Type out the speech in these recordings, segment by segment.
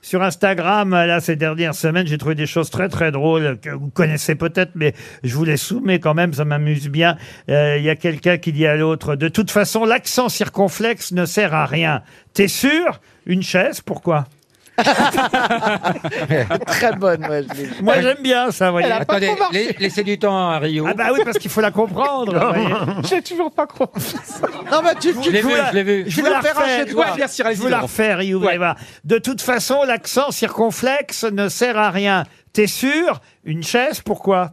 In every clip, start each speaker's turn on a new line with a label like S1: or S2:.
S1: Sur Instagram, là, ces dernières semaines, j'ai trouvé des choses très, très drôles que vous connaissez peut-être, mais je vous les soumets quand même, ça m'amuse bien. Euh, Il y a quelqu'un qui dit à l'autre, de toute façon, l'accent circonflexe ne sert à rien. T'es sûr Une chaise, pourquoi
S2: Très bonne, moi,
S1: Moi, j'aime bien ça, voyez.
S2: Elle a pas
S3: Attendez,
S2: trop marché.
S3: la- laissez du temps à Rio.
S1: Ah bah oui, parce qu'il faut la comprendre. voyez.
S2: J'ai toujours pas compris. Non, mais tu,
S3: je l'ai
S1: Je vous
S3: vu,
S1: la-
S3: je l'ai vu.
S1: Je vais
S2: le
S1: la
S2: feras
S1: refaire.
S2: chez toi.
S1: Ouais,
S2: Viens,
S1: Je vous la refaire, Yves, vous allez voir. De toute façon, l'accent circonflexe ne sert à rien. T'es sûr Une chaise, pourquoi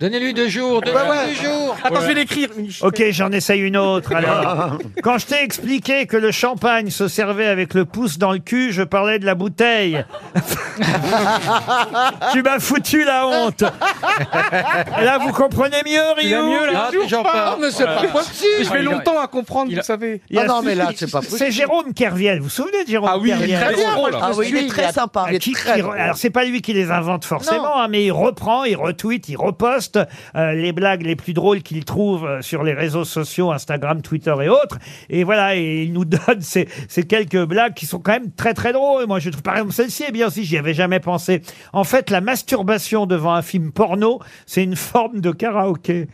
S3: Donnez-lui deux jours, deux,
S2: ouais.
S3: deux jours.
S4: Attends, je vais l'écrire. Une ch-
S1: Ok, j'en essaye une autre. Alors. Quand je t'ai expliqué que le champagne se servait avec le pouce dans le cul, je parlais de la bouteille. tu m'as foutu la honte. Là, vous comprenez mieux,
S4: Il a
S1: Rio.
S4: mieux, là.
S3: Ah, toujours pas.
S2: mais c'est pas
S4: Je
S2: possible.
S4: vais longtemps à comprendre, vous savez.
S1: Il y a-
S2: Ah non, mais là, c'est pas possible.
S1: C'est Jérôme Kerviel. Vous vous souvenez de Jérôme
S4: Ah oui, il est
S1: Kerviel
S4: très drôle.
S2: Ah oui, il est très sympa.
S1: Qui- qui- alors c'est pas lui qui les invente forcément, hein, mais il reprend, il retweet, il reposte euh, les blagues les plus drôles qu'il trouve euh, sur les réseaux sociaux, Instagram, Twitter et autres. Et voilà, et il nous donne ces, ces quelques blagues qui sont quand même très très drôles. Moi je trouve par exemple celle-ci est bien aussi, j'y avais jamais pensé. En fait, la masturbation devant un film porno, c'est une forme de karaoké.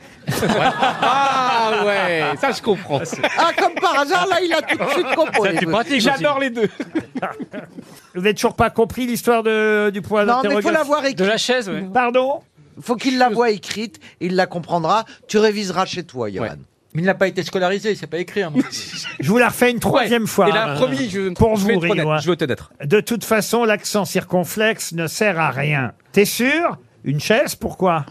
S4: Ah ouais, ça je comprends.
S2: Ah, comme par hasard, là, il a tout de
S4: Ah,
S2: suite compris.
S4: J'adore les deux.
S1: Vous n'avez toujours pas compris l'histoire de- du point
S2: Non, mais il faut
S1: d'interrogation
S2: l'avoir écrite.
S4: la chaise, ouais.
S1: Pardon
S2: faut qu'il la voie écrite, il la comprendra. Tu réviseras chez toi, Johan.
S3: Mais il n'a pas été scolarisé, il sait pas écrire. mon petit.
S1: Je vous la refais une troisième fois.
S4: Et là,
S1: hein.
S4: promis, je
S1: Pour
S4: je
S1: vous,
S4: vais être
S1: Rio,
S4: honnête,
S1: hein.
S4: Je veux te d'être.
S1: De toute façon, l'accent circonflexe ne sert à rien. T'es sûr Une chaise, pourquoi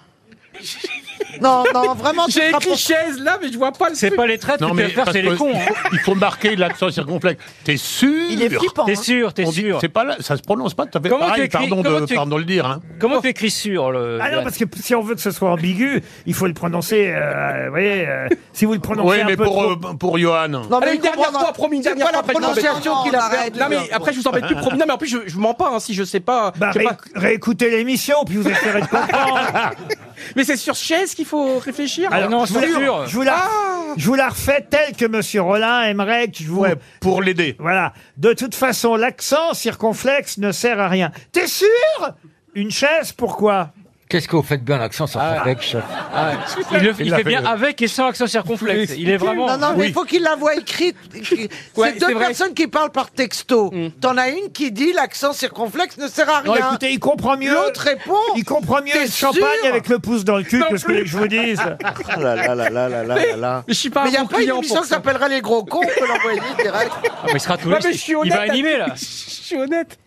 S2: Non, non, vraiment, tu
S4: J'ai
S2: seras
S4: écrit chaise là, mais je vois pas le truc.
S5: pas les hein. traites
S6: Non, mais parce que il faut- Il faut marquer l'accent circonflexe. T'es sûr
S2: Il est flippant. hein.
S5: T'es sûr, t'es
S6: On dit-
S5: sûr.
S6: c'est pas là- ça se prononce pas tout à fait
S5: Comment
S6: pareil,
S5: tu écris-
S6: pardon,
S5: comment
S6: de,
S5: tu-
S6: pardon de le dire. hein.
S5: Comment tu écris sur le.
S1: Ah non, parce que si on veut que ce soit ambigu, il faut le prononcer. euh, vous voyez, euh, si vous le prononcez
S6: oui,
S1: un
S6: mais
S1: peu
S6: pour,
S1: trop-
S6: euh, pour Johan.
S2: Non,
S4: Allez, une
S2: il
S4: dernière
S2: comprendra.
S4: fois, promis, une
S2: C'est
S4: dernière
S2: quoi
S4: fois, après, je
S2: la prononciation
S4: m'embête.
S2: qu'il euh, arrête.
S4: Non mais après je vous embête plus promis. Non mais en plus je, je mens pas hein, si je sais pas.
S1: Bah,
S4: je sais
S1: ré-
S4: pas. Ah,
S1: réécoutez l'émission, puis vous essaierez de comprendre.
S4: Mais c'est sur chaise qu'il faut réfléchir.
S1: Alors,
S5: Ah, non,
S1: je, vous la,
S5: sûr.
S1: je, vous la,
S4: Ah.
S1: je vous la refais telle que Monsieur Rollin aimerait que je vous...
S6: Ouais, pour l'aider.
S1: Voilà. De toute façon, l'accent circonflexe ne sert à rien. T'es sûr Une chaise, pourquoi
S3: Qu'est-ce que vous faites bien l'accent sans réflexe
S5: Ah, Il, le- il
S6: l'a
S5: fait
S6: fait,
S5: bien
S6: le-
S5: avec et sans accent circonflexe. Il est vraiment.
S2: Non, non, mais il faut qu'il la voie écrite.
S4: Ouais,
S2: c'est deux
S4: c'est vrai. Mm.
S2: personnes qui parlent par texto. T'en as une qui dit l'accent circonflexe ne sert à
S1: Non,
S2: rien.
S1: écoutez, il comprend mieux.
S2: L'autre répond.
S1: Il comprend mieux
S2: T'es
S1: le champagne
S2: sûr
S1: avec le pouce dans le cul que ce que je vous dise.
S2: Oh là là là là là là là là.
S4: Mais je suis pas.
S2: Mais il n'y
S4: un
S2: a
S4: bon
S2: pas une
S4: client
S2: émission
S4: pour
S2: qui
S4: ça.
S2: s'appellera Les Gros Cons, on peut l'envoyer direct.
S5: Ah, mais il sera
S4: Ouais,
S5: touriste.
S4: mais je suis
S5: il
S4: honnête.
S5: va animer là.
S4: Je suis honnête.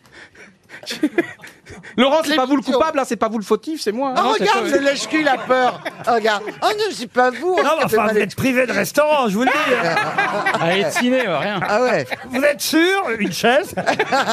S4: Laurent, c'est pas vous le coupable, hein, c'est pas vous le fautif, c'est moi. hein.
S2: Ah,
S4: Non, c'est
S2: regarde,
S4: toi,
S2: le lèche-cul, il a peur. Oh, regarde. Oh non, c'est pas vous.
S1: Non, mais
S2: hein, qui avez
S1: enfin,
S2: mal
S1: vous
S2: écrit.
S1: êtes privé de restaurant, je vous le dis.
S5: Allez, ciné, euh, rien.
S2: Ah ouais.
S1: Vous êtes sûr Une chaise Ah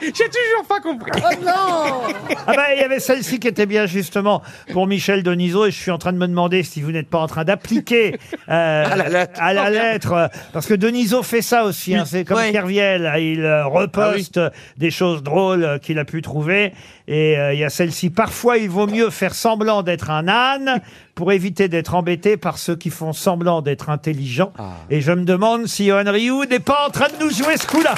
S4: J'ai toujours pas compris.
S2: Oh non.
S1: bah, il y avait celle-ci qui était bien, justement, pour Michel Denisot, et je suis en train de me demander si vous n'êtes pas en train d'appliquer euh, à la lettre. euh, parce que Denisot fait ça aussi, hein, c'est comme
S2: Ouais.
S1: Kerviel, hein, il euh, reposte euh, des choses drôles euh, qu'il a pu trouver, et euh, il y a celle-ci. Parfois, il vaut mieux faire semblant d'être un âne pour éviter d'être embêté par ceux qui font Ah. semblant d'être intelligents. Et je me demande si Henry Hood n'est pas en train de nous jouer ce coup-là.